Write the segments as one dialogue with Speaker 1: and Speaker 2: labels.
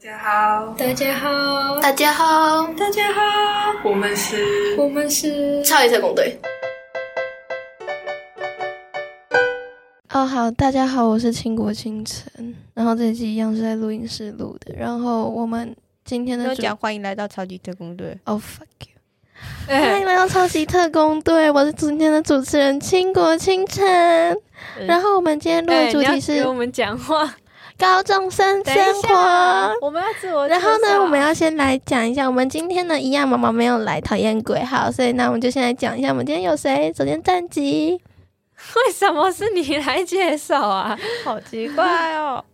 Speaker 1: 大家好，
Speaker 2: 大家好，
Speaker 3: 大家好，
Speaker 1: 大家好，我们是
Speaker 2: 我们是
Speaker 3: 超级特工队。
Speaker 4: 哦，好，大家好，我是倾国倾城，然后这一集一样是在录音室录的，然后我们今天的
Speaker 5: 都
Speaker 4: 主
Speaker 5: 讲欢迎来到超级特工队。
Speaker 4: 哦、fuck you，欢
Speaker 5: 哎
Speaker 4: 迎来到超级特工 队，我是今天的主持人倾国倾城，然后我们今天录的主
Speaker 5: 嗯
Speaker 4: 题
Speaker 5: 哎你要
Speaker 4: 是
Speaker 5: 给我们讲话，
Speaker 4: 高中生
Speaker 5: 等一
Speaker 4: 生活
Speaker 5: 下。，我们要自我介
Speaker 4: 然
Speaker 5: 绍。
Speaker 4: 后呢，我们要先来讲一下，我们今天呢，一样毛毛没有来，讨厌鬼，好，所以那我们就先来讲一下，我们今天有谁？首先战吉，
Speaker 5: 为什么是你来介绍啊？好奇怪哦！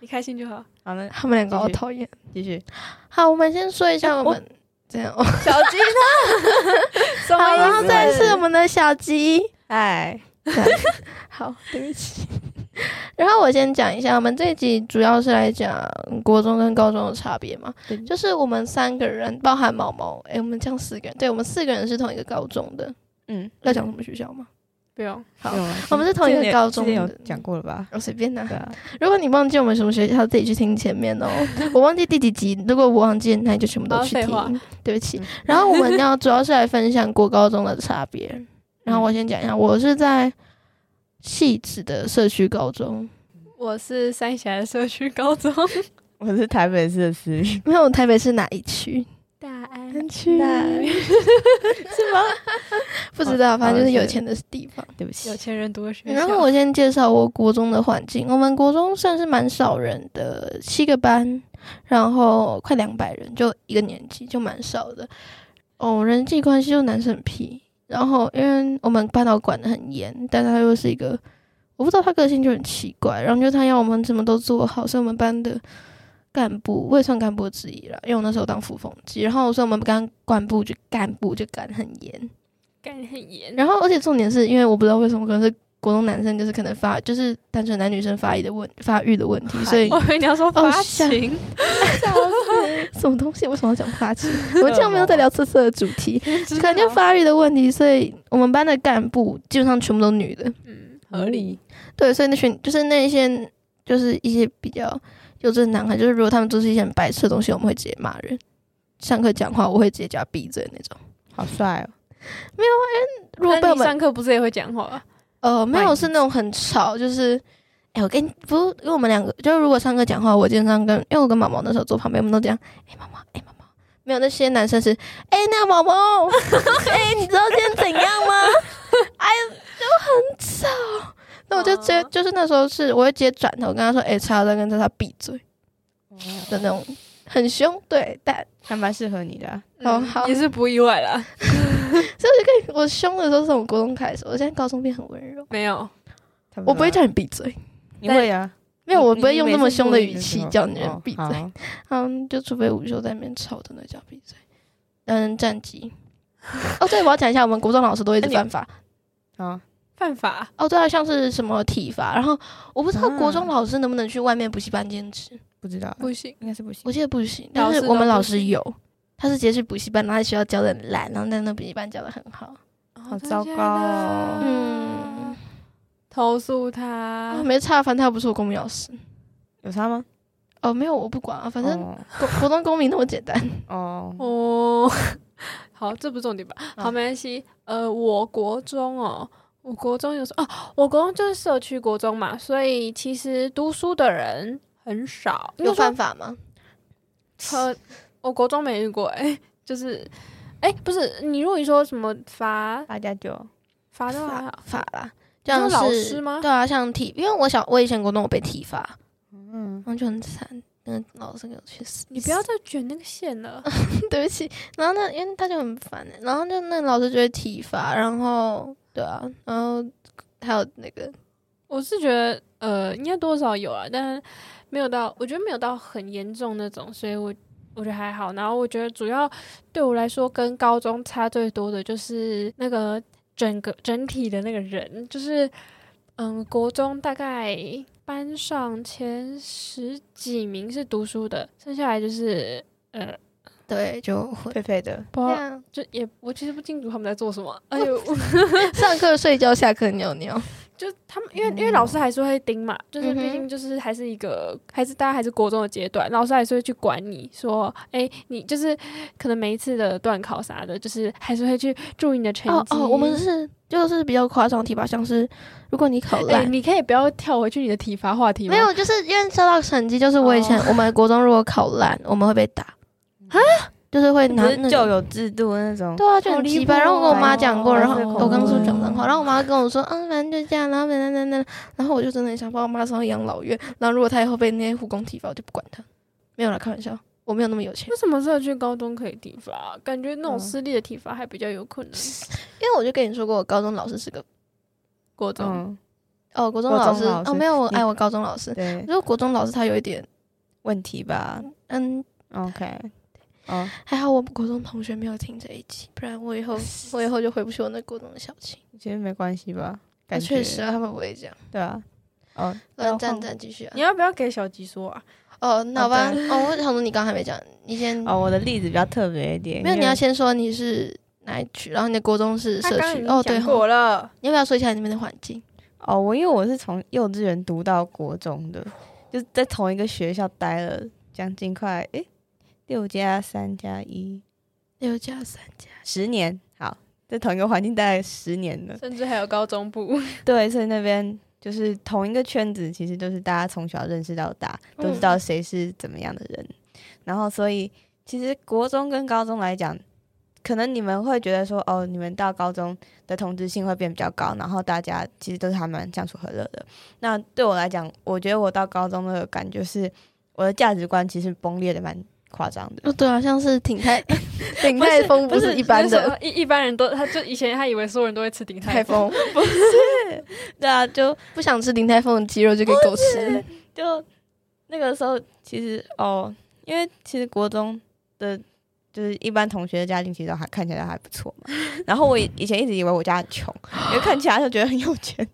Speaker 5: 你开心就好。好了，
Speaker 4: 他们两个
Speaker 5: 继
Speaker 4: 好
Speaker 5: 续
Speaker 4: 讨厌。
Speaker 5: 继续。
Speaker 4: 好，我们先说一下我们这 样，
Speaker 5: 嗯小鸡呢？什
Speaker 4: 好，然后
Speaker 5: 么
Speaker 4: 再
Speaker 5: 意
Speaker 4: 是
Speaker 5: 思？
Speaker 4: 我们的小吉，
Speaker 5: 哎，
Speaker 4: 好，对不起。 然后我先讲一下，我们这一集主要是来讲国中跟高中的差别嘛
Speaker 5: 对，
Speaker 4: 就是我们三个人，包含毛毛，诶，我们这样四个人，对我们四个人是同一个高中的，
Speaker 5: 嗯，
Speaker 4: 要讲什么学校吗？
Speaker 5: 不用。
Speaker 4: 好
Speaker 5: 不用了，
Speaker 4: 我们是同一
Speaker 5: 之
Speaker 4: 个
Speaker 5: 前
Speaker 4: 高中
Speaker 5: 之前有
Speaker 4: 的，哦嗯
Speaker 5: 讲过了吧？
Speaker 4: 我随便拿、
Speaker 5: 对啊，
Speaker 4: 如果你忘记我们什么学校，自己去听前 面哦。我忘记第几集，如果我忘记，那你就全部都
Speaker 5: 好
Speaker 4: 去
Speaker 5: 废话
Speaker 4: 听。对不起
Speaker 5: 嗯。
Speaker 4: 然后我们要主要是来分享国高中的差别。
Speaker 5: 嗯
Speaker 4: 然后我先讲一下，我是在戏子的社区高中，
Speaker 1: 我是三峡社区高中
Speaker 5: 我是台北市的私立，
Speaker 4: 没有台北是哪一区？
Speaker 1: 大安
Speaker 4: 南区 是吗？不知道，反正就是有钱的地方。
Speaker 5: 对不起
Speaker 1: 有。钱人读的学校。
Speaker 4: 然后我先介绍我国中的环境，我们国中算是蛮少人的，七个班，然后快两百人，就一个年级，就蛮少的。哦，人际关系就男生很屁，然后因为我们班导管得很严，但他又是一个，我不知道他个性就很奇怪，然后就他要我们什么都做好，所以我们班的干部，我也算干部之一了，因为我那时候当副风机，然后所以我们班干部就干部就管得很严，
Speaker 1: 干得很严，
Speaker 4: 然后，而且重点是因为我不知道为什么，可能是国中男生就是可能发就是单纯男女生发育的问发育的问题，所以
Speaker 1: 我以为你要说
Speaker 4: 哦
Speaker 1: 发
Speaker 4: 吓
Speaker 1: 情，
Speaker 4: 什么东西为什么要讲发 情？我们竟然没有在聊色色的主题，可能就发育的问题，所以我们班的干部基本上全部都女的，
Speaker 1: 嗯，
Speaker 5: 合理，
Speaker 4: 对，所以那群就是那些就是一些比较幼稚的男孩，就是如果他们做出一些很白痴的东西，我们会直接骂人。上课讲话，我会直接叫他闭嘴那种。
Speaker 5: 好帅哦！
Speaker 4: 如果被
Speaker 1: 那
Speaker 4: 我
Speaker 1: 你
Speaker 4: 们
Speaker 1: 上课不是也会讲话吗？
Speaker 4: 呃，没
Speaker 5: 坏
Speaker 4: 有
Speaker 5: 意
Speaker 4: 是那种很吵，就是，哎、我跟你不，因为我们两个，就是如果上课讲话，我经常跟，因为我跟毛毛那时候坐旁边，我们都这样，哎、毛毛，哎、毛毛，没有那些男生是，哎、那个毛毛， 哎、你知道今天怎样吗？哎呀，就很吵。那我就直接
Speaker 1: 哦
Speaker 4: 就是那时候是，我会直接转头跟他说，哎、叉叉跟叉叉闭嘴的那种，很凶，对，但
Speaker 5: 还蛮适合你的啊。
Speaker 4: 哦
Speaker 1: 嗯
Speaker 4: 好
Speaker 1: 也是不意外啦。
Speaker 4: 我凶的时候是从国中开始，我现在高中变很温柔，
Speaker 1: 没有，
Speaker 5: 差不多
Speaker 4: 我不会
Speaker 5: 啊
Speaker 4: 叫你闭嘴。
Speaker 5: 你会啊？
Speaker 4: 没有，我
Speaker 5: 你
Speaker 4: 不会
Speaker 5: 你
Speaker 4: 用
Speaker 5: 每
Speaker 4: 那么
Speaker 5: 次
Speaker 4: 凶
Speaker 5: 录
Speaker 4: 的
Speaker 5: 音
Speaker 4: 语
Speaker 5: 时
Speaker 4: 气
Speaker 5: 候
Speaker 4: 叫你
Speaker 5: 哦
Speaker 4: 闭嘴。
Speaker 5: 好
Speaker 4: 嗯，就除非午休在那边吵的那叫闭嘴。嗯，战绩。哦，对，我要讲一下，我们国中老师都一直犯法。
Speaker 5: 好，
Speaker 1: 犯法
Speaker 4: 哦，对啊，像是什么体罚，然后我不知道国中
Speaker 5: 啊
Speaker 4: 老师能不能去外面补习班兼职，
Speaker 5: 不知道，
Speaker 1: 不行，
Speaker 5: 应该是不行。
Speaker 4: 我记得不行，
Speaker 1: 老
Speaker 4: 但是
Speaker 1: 师
Speaker 4: 我
Speaker 1: 都
Speaker 4: 们
Speaker 1: 不
Speaker 4: 老师
Speaker 1: 行
Speaker 4: 有，他是直接去补习班，然后在学校教的很烂，然后在那补习班教的很好。
Speaker 1: 好
Speaker 5: 糟糕哦
Speaker 4: 嗯，
Speaker 1: 投诉
Speaker 4: 啊，
Speaker 1: 他，
Speaker 4: 没差，反正他不是我公民老师。
Speaker 5: 有差吗？
Speaker 4: 哦，没有，我不管啊，反正
Speaker 5: 哦
Speaker 4: 国国中公民那么简 单。
Speaker 5: 哦，
Speaker 1: 哦， 好，这不是重点吧？好，没关系。呃，我国中哦，我国中有时候哦，我国中就是社区国中嘛，所以其实读书的人很少。
Speaker 4: 有
Speaker 1: 犯
Speaker 4: 犯法吗？
Speaker 1: 呃，我国中没遇过、哎，就是，哎、不是你如果你说什么罚
Speaker 5: 八加九，
Speaker 1: 罚的话，
Speaker 4: 法法啦，
Speaker 1: 你说
Speaker 4: 像
Speaker 1: 老
Speaker 4: 是
Speaker 1: 师吗
Speaker 4: 对啊，像体，因为我小我以前国中我被体罚，
Speaker 5: 嗯
Speaker 4: 然，后就很惨。那个老师给我去死！
Speaker 1: 你不要再卷那个线了。
Speaker 4: 对不起。然后那因为他就很烦、欸，然后就那个老师就会体罚，然后对啊，然后还有那个
Speaker 1: 我是觉得呃，应该多少有啊，但没有到，我觉得没有到很严重那种，所以我我觉得还好。然后我觉得主要对我来说跟高中差最多的就是那个整个整体的那个人，就是嗯，国中大概班上前十几名是读书的，剩下来就是呃，
Speaker 4: 对就会
Speaker 5: 佩佩的，
Speaker 1: 不知
Speaker 4: 对
Speaker 1: 道
Speaker 4: 啊，
Speaker 1: 就也我其实不清楚他们在做什么，而且我
Speaker 4: 上课睡觉，下课尿尿。
Speaker 1: 就他们，因为因为老师还是会盯嘛，就是
Speaker 4: 嗯哼
Speaker 1: 毕竟就是还是一个还是大家还是国中的阶段，老师还是会去管你说，哎、你就是可能每一次的段考啥的，就是还是会去注意你的成
Speaker 4: 哦
Speaker 1: 绩。
Speaker 4: 哦，我们是就是比较夸张的提拔，像是如果你考
Speaker 1: 哎、
Speaker 4: 烂，
Speaker 1: 你可以不要跳回去你的体罚话题吗？
Speaker 4: 没有，就是因为说到成绩，就是我以前、我们国中如果考烂，我们会被打
Speaker 2: 啊，
Speaker 4: 就是会拿
Speaker 2: 不是
Speaker 4: 那
Speaker 2: 就
Speaker 4: 种。
Speaker 2: 有制度的那种，
Speaker 4: 对啊，就
Speaker 1: 好
Speaker 4: 很
Speaker 1: 离
Speaker 4: 鸡巴。
Speaker 1: 谱
Speaker 4: 然后我跟我
Speaker 2: 哦
Speaker 4: 妈讲过，
Speaker 2: 白
Speaker 4: 然后
Speaker 2: 色恐
Speaker 4: 我刚说
Speaker 2: 怖
Speaker 4: 讲脏话，然后我妈跟我说，嗯，反正就这样，然后等等等等，然后我就真的很想把我妈送到养老院。然后如果她以后被那些护工体罚，我就不管她。没有啦，开玩笑，我没有那么有钱。
Speaker 1: 为什么社区高中可以体罚？啊感觉那种
Speaker 2: 嗯
Speaker 1: 私立的体罚还比较有可能。
Speaker 4: 因为我就跟你说过，我高中老师是个
Speaker 1: 国
Speaker 4: 啊
Speaker 1: 中、
Speaker 2: 嗯，
Speaker 4: 哦，国中
Speaker 2: 国中
Speaker 4: 老师
Speaker 2: 老
Speaker 4: 哦，
Speaker 2: 师
Speaker 4: 没有，我
Speaker 2: 你
Speaker 4: 爱我高中老师。
Speaker 2: 对，
Speaker 4: 如果国中老师他有一点，
Speaker 2: 问题吧
Speaker 4: 嗯，
Speaker 2: ，OK，哦，
Speaker 4: 还好我们国中同学没有听这一集，不然我以 后我以后就回不去我那国中的校情。
Speaker 2: 其实没关系吧，
Speaker 4: 啊
Speaker 2: 感觉
Speaker 4: 确实嗯啊，他们不会这样。
Speaker 2: 对啊，哦，
Speaker 4: 乱
Speaker 2: 然
Speaker 4: 战
Speaker 2: 后
Speaker 4: 战继续啊
Speaker 5: 你。要不要给小吉说啊？
Speaker 4: 哦，那
Speaker 2: 啊
Speaker 4: 吧，
Speaker 2: 对
Speaker 4: 哦，我想说你刚刚还没讲，你先
Speaker 2: 哦，我的例子比较特别一点，
Speaker 4: 没有，
Speaker 2: 因
Speaker 4: 你要
Speaker 2: 为
Speaker 4: 先说你是哪一区，然后你的国中是
Speaker 5: 他
Speaker 4: 社
Speaker 5: 刚刚已
Speaker 4: 区。
Speaker 5: 经
Speaker 4: 哦，对
Speaker 5: 讲
Speaker 4: 吼，
Speaker 5: 过了，
Speaker 4: 你要不要说一下你那边的环境？
Speaker 2: 哦，我因为我是从幼稚园读到国中的，就是在同一个学校待了将近快诶、六加三加一
Speaker 4: 六加三加，
Speaker 2: 十年，好，在同一个环境待了十年了。
Speaker 1: 甚至还有高中部。
Speaker 2: 对，所以那边就是同一个圈子，其实就是大家从小认识到大，都知
Speaker 4: 嗯
Speaker 2: 道谁是怎么样的人。然后，所以其实国中跟高中来讲，可能你们会觉得说，哦，你们到高中的同质性会变比较高，然后大家其实都是还蛮相处和乐的。那对我来讲，我觉得我到高中的感觉是，我的价值观其实崩裂的蛮夸张的。
Speaker 4: 哦，对啊，像是挺泰挺
Speaker 1: 不
Speaker 4: 泰
Speaker 1: 是
Speaker 4: 丰
Speaker 1: 不
Speaker 4: 是一般
Speaker 1: 是
Speaker 4: 的
Speaker 1: 说一一般人都，他就以前他以为所有人都会吃鼎泰
Speaker 4: 泰丰，
Speaker 2: 对啊，就
Speaker 4: 不想吃林泰丰的鸡肉就给狗吃。
Speaker 2: 就那个时候，其实哦，因为其实国中的，就是一般同学的家境其实都还看起来都还不错嘛。然后我以以前一直以为我家很穷，因为看起来就觉得很有钱，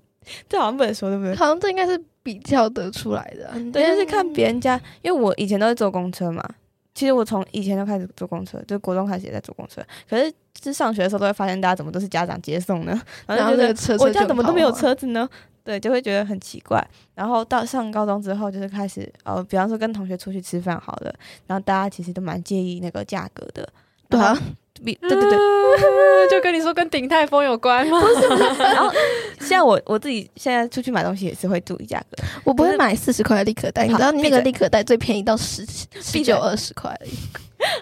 Speaker 2: 这好像不能说对不对？
Speaker 4: 好像这应该是比较得出来的啊。
Speaker 2: 对，就是
Speaker 4: 嗯
Speaker 2: 看别人家，因为我以前都是坐公车嘛。其实我从以前就开始坐公车，就国中开始也在坐公车。可是，是上学的时候都会发现，大家怎么都是家长接送呢？然
Speaker 4: 然
Speaker 2: 后
Speaker 4: 后那
Speaker 2: 就觉得
Speaker 4: 个车
Speaker 2: 我
Speaker 4: 车
Speaker 2: 家
Speaker 4: 就
Speaker 2: 怎么都没有
Speaker 4: 跑啊，
Speaker 2: 车子呢？对，就会觉得很奇怪。然后到上高中之后，就是开始呃，比方说跟同学出去吃饭好了，然后大家其实都蛮介意那个价格的。
Speaker 4: 对啊
Speaker 2: 然后比对对对，
Speaker 1: 嗯就跟你说跟鼎泰丰有关吗？
Speaker 2: 然后现在我我自己现在出去买东西也是会注意价格，
Speaker 4: 我不
Speaker 2: 可
Speaker 4: 会
Speaker 2: 是
Speaker 4: 买四十块的立可带，你
Speaker 2: 好
Speaker 4: 知道那
Speaker 2: 闭
Speaker 4: 个
Speaker 2: 嘴
Speaker 4: 立可带最便宜到十十
Speaker 2: 闭
Speaker 4: 九
Speaker 2: 嘴
Speaker 4: 二十块而已。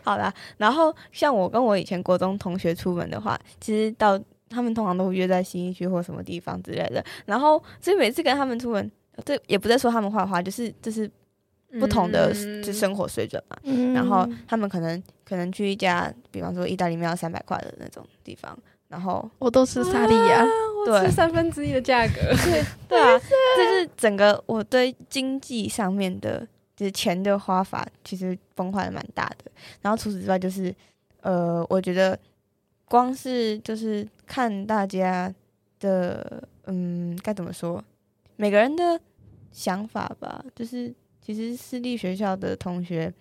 Speaker 2: 好啦。然后像我跟我以前国中同学出门的话，其实到他们通常都会约在新一区或什么地方之类的。然后所以每次跟他们出门，这也不在说他们坏话，就是就是 不同
Speaker 1: 嗯
Speaker 2: 的就生活水准嘛。
Speaker 4: 嗯
Speaker 2: 然后他们可能可能去一家，比方说意大利面要三百块的那种地方，然后
Speaker 4: 我都是萨莉亚，
Speaker 2: 对
Speaker 1: 是三分之一的价格。
Speaker 2: 对啊，这是整个我对经济上面的，就是钱的花法，其实崩坏的蛮大的。然后除此之外，就是呃，我觉得光是就是看大家的，嗯，该怎么说，每个人的想法吧，就是其实私立学校的同学，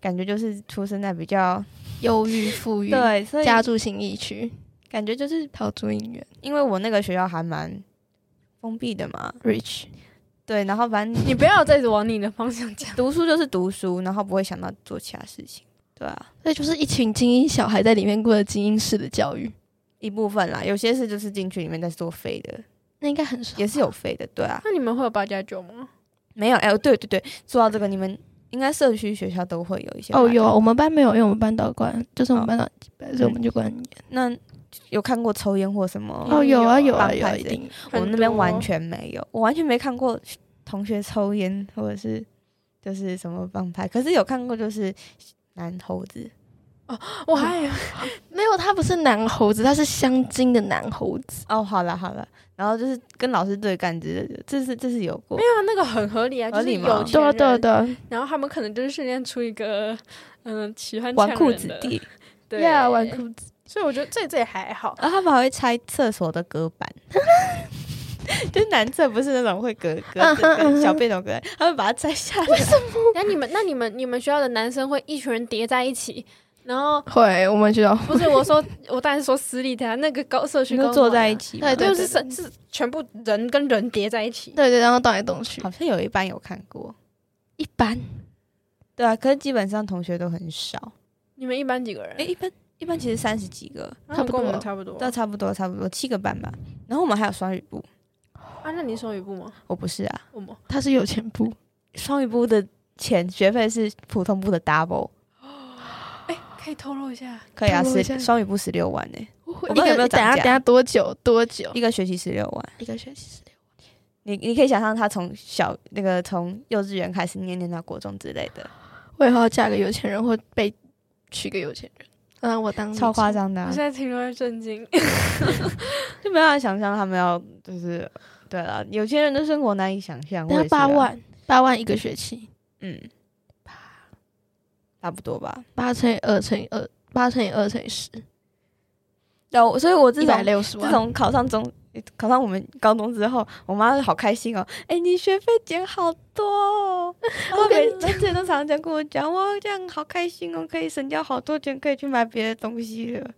Speaker 2: 感觉就是出生在比较
Speaker 4: 忧郁富裕，
Speaker 2: 对，所以
Speaker 4: 家住新义区，
Speaker 2: 感觉就是
Speaker 4: 桃竹影院
Speaker 2: 因为我那个学校还蛮封闭的嘛，
Speaker 4: ，Rich。
Speaker 2: 对，然后反正
Speaker 1: 你不要再往你的方向讲。
Speaker 2: 读书就是读书，然后不会想到做其他事情，对啊，
Speaker 4: 那就是一群精英小孩在里面过着精英式的教育，
Speaker 2: 一部分啦，有些事就是进去里面在做废的，
Speaker 4: 那应该很少。
Speaker 2: 也是有废的，对啊，
Speaker 1: 那你们会有八加九吗？
Speaker 2: 没有，哎、对对对，说到这个，你们应该社区学校都会有一些
Speaker 4: 哦，
Speaker 2: 吧
Speaker 4: 有啊，我们班没有，因为我们班导管，就是我们
Speaker 2: 哦
Speaker 4: 班导几百，所以我们就管很严。
Speaker 2: 那有看过抽烟或什么？
Speaker 4: 哦，有啊，有啊，
Speaker 2: 帮
Speaker 4: 有啊，
Speaker 2: 派
Speaker 4: 一
Speaker 2: 之
Speaker 4: 定。
Speaker 2: 我
Speaker 1: 很
Speaker 2: 那边
Speaker 1: 多
Speaker 2: 完全没有，我完全没看过同学抽烟或者是就是什么帮派，可是有看过就是男猴子，
Speaker 1: 我还
Speaker 4: 没有，他不是男猴子，他是香精的男猴子。
Speaker 2: 哦，好了好了，然后就是跟老师对干之类的，这是这是有过
Speaker 1: 没。有那个很合理啊，就
Speaker 2: 合
Speaker 1: 是
Speaker 2: 理吗
Speaker 1: 有
Speaker 4: 对
Speaker 1: 钱
Speaker 4: 啊，
Speaker 1: 人，
Speaker 4: 对啊，对啊。
Speaker 1: 然后他们可能就是训练出一个嗯喜欢
Speaker 2: 纨
Speaker 1: 呛
Speaker 2: 绔
Speaker 1: 人
Speaker 2: 子
Speaker 1: 的
Speaker 2: 弟，
Speaker 1: 对
Speaker 4: 呀，纨绔子
Speaker 1: 所以我觉得这这也还好。
Speaker 2: 哦然后他们还会拆厕所的隔板， 就男厕不是那种会隔隔
Speaker 4: 嗯哼嗯
Speaker 2: 隔
Speaker 4: 哼
Speaker 2: 小便斗隔板，他会把它拆下来。
Speaker 1: 那你们那你们你们学校的男生会一群人叠在一起，然后
Speaker 4: 会，我们学校
Speaker 1: 不是我说， 我当然是说私立的、啊，那个高社区
Speaker 2: 都
Speaker 1: 高
Speaker 2: 坐在一
Speaker 1: 起，
Speaker 2: 起嘛，
Speaker 4: 对对
Speaker 1: 就是是是全部人跟人叠在一起。
Speaker 4: 对对，然后动来动去，
Speaker 2: 好像有一班有看过，
Speaker 4: 一般
Speaker 2: 对啊，可是基本上同学都很少，
Speaker 1: 你们一班几个人？
Speaker 2: 哎、一般一般其实三十几个，
Speaker 1: 那
Speaker 4: 差不多
Speaker 1: 跟我们差不多。
Speaker 2: 到啊差不多差不多七个班吧，然后我们还有双语部，
Speaker 1: 啊，那你手语部吗？
Speaker 2: 我不是啊，
Speaker 1: 我吗？
Speaker 4: 他是有钱部，
Speaker 2: 双语部的钱学费是普通部的 double，
Speaker 1: 哎，可以透露一下，
Speaker 2: 可以啊，
Speaker 4: 透露一
Speaker 2: 十
Speaker 4: 下
Speaker 2: 双语部十六万呢、
Speaker 4: 我
Speaker 2: 不知道有没有
Speaker 4: 等
Speaker 2: 涨
Speaker 4: 下
Speaker 2: 价
Speaker 4: 等下多久多久
Speaker 2: 一个学期十六万。
Speaker 4: 一个学期？
Speaker 2: 你你可以想象他从小那个从幼稚园开始念念到国中之类的，
Speaker 4: 我以后要嫁个有钱人，或被娶个有钱人，嗯，我当
Speaker 2: 超夸
Speaker 4: 张。
Speaker 2: 张的、
Speaker 1: 我
Speaker 2: 啊
Speaker 1: 现，在听都会震惊。
Speaker 2: 就没办法想象他们要就是对了，有些人的生活难以想象。
Speaker 4: 等
Speaker 2: 我
Speaker 4: 下
Speaker 2: 也是啊
Speaker 4: 八，万，八万一个学期，
Speaker 2: 嗯，差不多吧。
Speaker 4: 八乘以二乘以二，八乘以二乘以十，
Speaker 2: 然后，所以啊我自
Speaker 4: 一
Speaker 2: 从
Speaker 4: 百六十
Speaker 2: 自
Speaker 4: 万。
Speaker 2: 从考上中考上我们高中之后，我妈好开心哦！哎、你学费减好多、哦， 然后每每次都常常跟我讲，哇，这样好开心哦，可以省掉好多钱，可以去买别的东西了。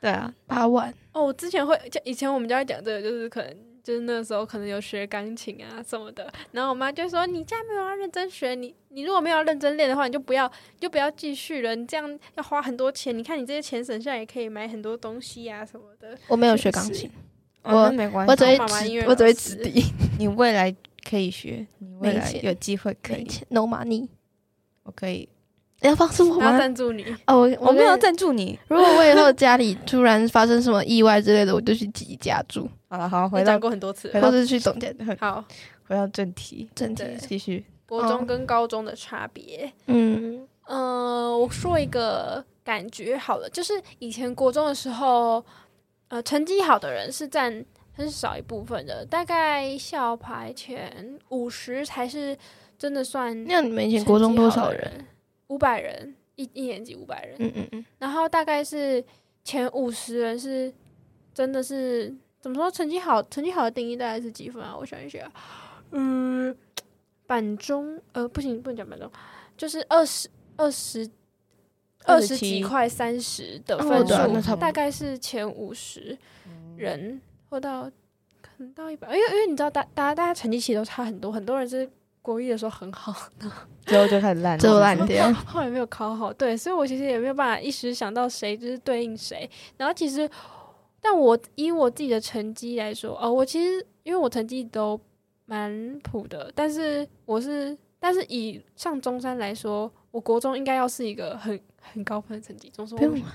Speaker 2: 对啊，
Speaker 4: 八万，
Speaker 1: 哦，我之前会，就以前我们家会讲这个，就是可能就是那时候可能有学钢琴啊什么的，然后我妈就说：“你家没有要认真学，你你如果没有要认真练的话，你就不要你就不要继续了，你这样要花很多钱。你看你这些钱省下来也可以买很多东西啊什么的。
Speaker 4: 我没有
Speaker 1: 确
Speaker 4: 学钢
Speaker 1: 实
Speaker 4: 琴，
Speaker 2: 哦那没关系，
Speaker 4: 我只会
Speaker 1: 爸爸音乐
Speaker 4: 指，
Speaker 1: 老
Speaker 4: 我只会
Speaker 1: 师
Speaker 4: 指笛，
Speaker 2: 你未来可以学，你未
Speaker 4: 没
Speaker 2: 来
Speaker 4: 钱
Speaker 2: 有机会可
Speaker 4: 没
Speaker 2: 以，
Speaker 4: 钱，no money。
Speaker 2: 我可以，
Speaker 4: 你要放松我
Speaker 1: 然后
Speaker 4: 吗？
Speaker 1: 赞助你，
Speaker 4: 哦，我
Speaker 2: 我没有
Speaker 4: 跟你
Speaker 2: 赞助你。
Speaker 4: 如果我以后家里突然发生什么意外之类的，我就去自己家住，
Speaker 2: 好了，好，
Speaker 1: 我
Speaker 2: 回到
Speaker 1: 讲过很多次
Speaker 2: 回
Speaker 1: 了。
Speaker 4: 或
Speaker 2: 到
Speaker 4: 者去总监
Speaker 1: 好，
Speaker 2: 回到正题，
Speaker 4: 正体。
Speaker 1: 对
Speaker 2: 继续。
Speaker 1: 国中跟高中的差别，
Speaker 4: 嗯，
Speaker 1: 呃，我说一个感觉好了，就是以前国中的时候，呃，成绩好的人是占很少一部分的，大概校排前五十才是真的算。
Speaker 4: 那你们以前国中多少人？
Speaker 1: 人？五百人，一一年级五百人，
Speaker 4: 嗯嗯嗯，
Speaker 1: 然后大概是前五十人是真的是怎么说？成绩好，成绩好的定义大概是几分啊？我想一想，嗯，板中呃不行，不能讲板中，就是二十二十二十几
Speaker 2: 27
Speaker 1: 块三十的
Speaker 4: 哦
Speaker 1: 分数，
Speaker 4: 对啊那差不多
Speaker 1: 大概是前五十人或到可能到一百，因为因为你知道大大家大家成绩其实都差很多，很多人是国一的时候很好，
Speaker 2: 最后就开始烂了，
Speaker 4: 最后烂
Speaker 2: 是不是
Speaker 4: 掉。
Speaker 1: 后来没有考好，对，所以我其实也没有办法一时想到谁就是对应谁。然后其实，但我以我自己的成绩来说，哦，我其实因为我成绩都蛮普的，但是我是，但是以上中山来说，我国中应该要是一个很很高分的成绩，中山
Speaker 4: 不用了，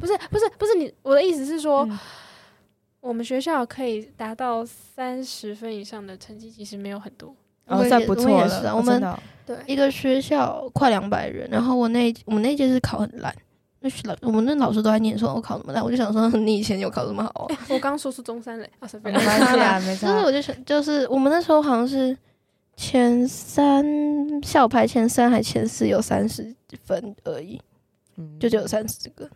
Speaker 1: 不是不是不是你，我的意思是说，
Speaker 2: 嗯
Speaker 1: 我们学校可以达到三十分以上的成绩，其实没有很多。
Speaker 4: 我
Speaker 2: 哦，
Speaker 4: 也
Speaker 2: 算不
Speaker 4: 我
Speaker 2: 错
Speaker 4: 也是啊
Speaker 2: 了。
Speaker 4: 我
Speaker 2: 哦真
Speaker 4: 们
Speaker 2: 的哦
Speaker 1: 对，
Speaker 4: 一个学校快两百人，然后我那我们那届是考很烂，那学老我们那老师都在念说我考那么烂，我就想说 你以前有考这么好啊、
Speaker 1: 哎我刚说出中山嘞，啊，随
Speaker 2: 没
Speaker 1: 便。
Speaker 2: 关系 啊，没
Speaker 4: 就
Speaker 2: 事
Speaker 4: 是
Speaker 2: 啊。
Speaker 4: 我就想就是我们那时候好像是前三校排前三还前四有三十分而已，
Speaker 2: 嗯
Speaker 4: 就只有三十个，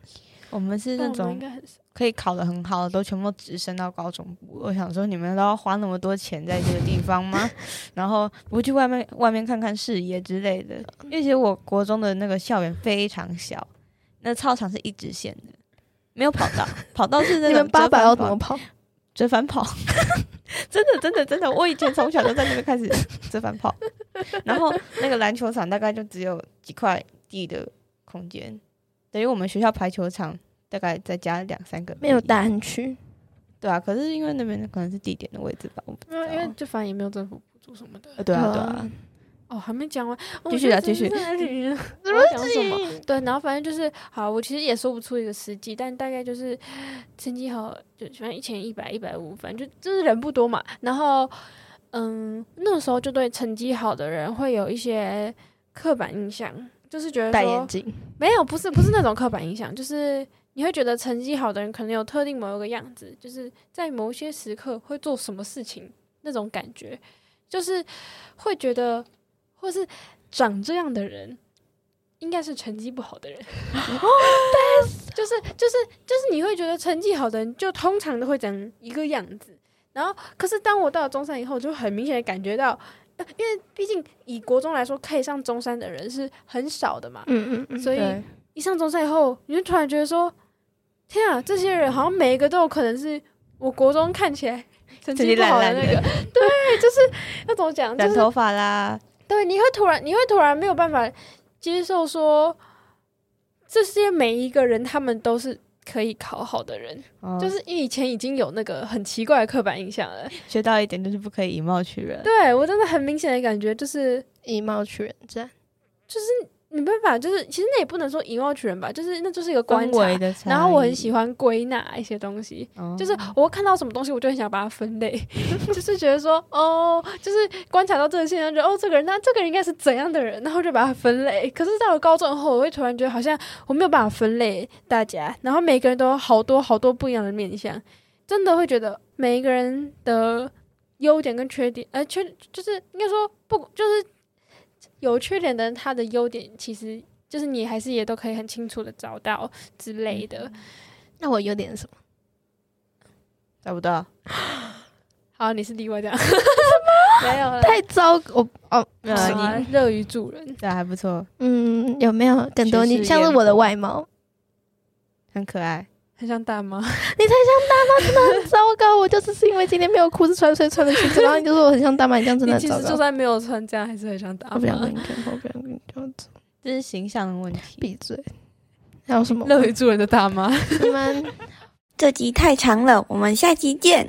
Speaker 2: 我们是
Speaker 1: 但
Speaker 2: 那
Speaker 1: 我们应
Speaker 2: 种
Speaker 1: 该很
Speaker 2: 可以考得很好的，都全部直升到高中部。我想说，你们都要花那么多钱在这个地方 吗？然后不去外面外面看看视野之类的。因为其实我国中的那个校园非常小，那操场是一直线的，没有跑 道，跑道是那
Speaker 4: 你
Speaker 2: 个
Speaker 4: 们八百要
Speaker 2: 要
Speaker 4: 怎么跑？
Speaker 2: 折 返跑？真的真的真的，我以前从小就在那边开始折返跑。然后那个篮球场大概就只有几块地的空间，等于我们学校排球场大概再加两三个而已，
Speaker 4: 没有大安区，
Speaker 2: 对啊，可是因为那边可能是地点的位置吧，我不知
Speaker 1: 没
Speaker 2: 道。
Speaker 1: 啊有，因为就反正也没有政府补助什么的。
Speaker 2: 呃对啊，
Speaker 4: 对啊
Speaker 2: 对啊，
Speaker 1: 哦，还没讲完，
Speaker 2: 继续啊
Speaker 1: 我觉得
Speaker 2: 继续
Speaker 1: 真的 是我要讲什么？对，然后反正就是好，我其实也说不出一个实际，但大概就是成绩好，就反正一千一百、一百五，反正就就是人不多嘛。然后，嗯，那时候就对成绩好的人会有一些刻板印象，就是觉得
Speaker 4: 戴
Speaker 1: 说
Speaker 4: 眼镜，
Speaker 1: 没有，不是不是那种刻板印象，就是你会觉得成绩好的人可能有特定某一个样子，就是在某些时刻会做什么事情那种感觉，就是会觉得，或是长这样的人应该是成绩不好的人， 就是就是就是你会觉得成绩好的人就通常都会长一个样子，然后可是当我到了中山以后，就很明显的感觉到。呃因为毕竟以国中来说，可以上中山的人是很少的嘛，
Speaker 4: 嗯嗯嗯，
Speaker 1: 所以
Speaker 2: 对
Speaker 1: 一上中山以后，你就突然觉得说，天啊，这些人好像每一个都有可能是我国中看起来成
Speaker 2: 成
Speaker 1: 绩
Speaker 2: 绩
Speaker 1: 不
Speaker 2: 烂
Speaker 1: 好
Speaker 2: 烂
Speaker 1: 那
Speaker 2: 的
Speaker 1: 个，对，就是要怎么讲，就
Speaker 2: 染
Speaker 1: 是
Speaker 2: 头发啦，
Speaker 1: 对，你会突然，你会突然没有办法接受说，这些每一个人他们都是可以考好的人，
Speaker 2: 哦
Speaker 1: 就是以前已经有那个很奇怪的刻板印象了。
Speaker 2: 学到一点就是不可以以貌取人。
Speaker 1: 对我真的很明显的感觉就是
Speaker 4: 以貌取人战，
Speaker 1: 没办法，就是其实那也不能说以貌取人吧，就是那就是一个观
Speaker 2: 氛
Speaker 1: 察
Speaker 2: 围。的差异，
Speaker 1: 然后我很喜欢归纳一些东西，
Speaker 2: 哦，
Speaker 1: 就是我会看到什么东西，我就很想把它分类， 就是觉得说，哦，就是观察到这个现象，觉得哦，这个人那这个人应该是怎样的人，然后就把它分类。可是到了高中后，我会突然觉得好像我没有办法分类大家，然后每个人都有好多好多不一样的面相，真的会觉得每一个人的优点跟缺点，呃，缺就是应该说不就是有缺点的人，他的优点其实就是你还是也都可以很清楚的找到之类的。
Speaker 4: 那我有点什么？
Speaker 2: 找不到，
Speaker 1: 好，你是 例外这样，没有了。
Speaker 4: 太糟，我哦，
Speaker 2: 没有
Speaker 1: 好
Speaker 2: 啊
Speaker 1: 啊
Speaker 2: 你
Speaker 1: 乐于助人，
Speaker 2: 对啊还不错，
Speaker 4: 嗯，有没有更多？
Speaker 2: 趋势
Speaker 4: 你像是
Speaker 2: 厌
Speaker 4: 我的外貌，
Speaker 2: 很可爱。
Speaker 1: 很像大妈。
Speaker 4: 糟糕！我就只是因为今天没有裤子穿，所以穿了裙子，然后你就说我很像大妈，你这样真
Speaker 1: 你
Speaker 4: 的
Speaker 1: 其
Speaker 4: 很糟
Speaker 1: 实就
Speaker 4: 糕。
Speaker 1: 算没有穿这样，还是很像大
Speaker 4: 我不想
Speaker 1: 妈
Speaker 4: 跟。你讲话，我不想跟你讲话，
Speaker 2: 这是形象的问题。
Speaker 4: 闭嘴。还有什么？
Speaker 1: 乐于助人的大妈。
Speaker 4: 你们
Speaker 3: 这集太长了，我们下集见。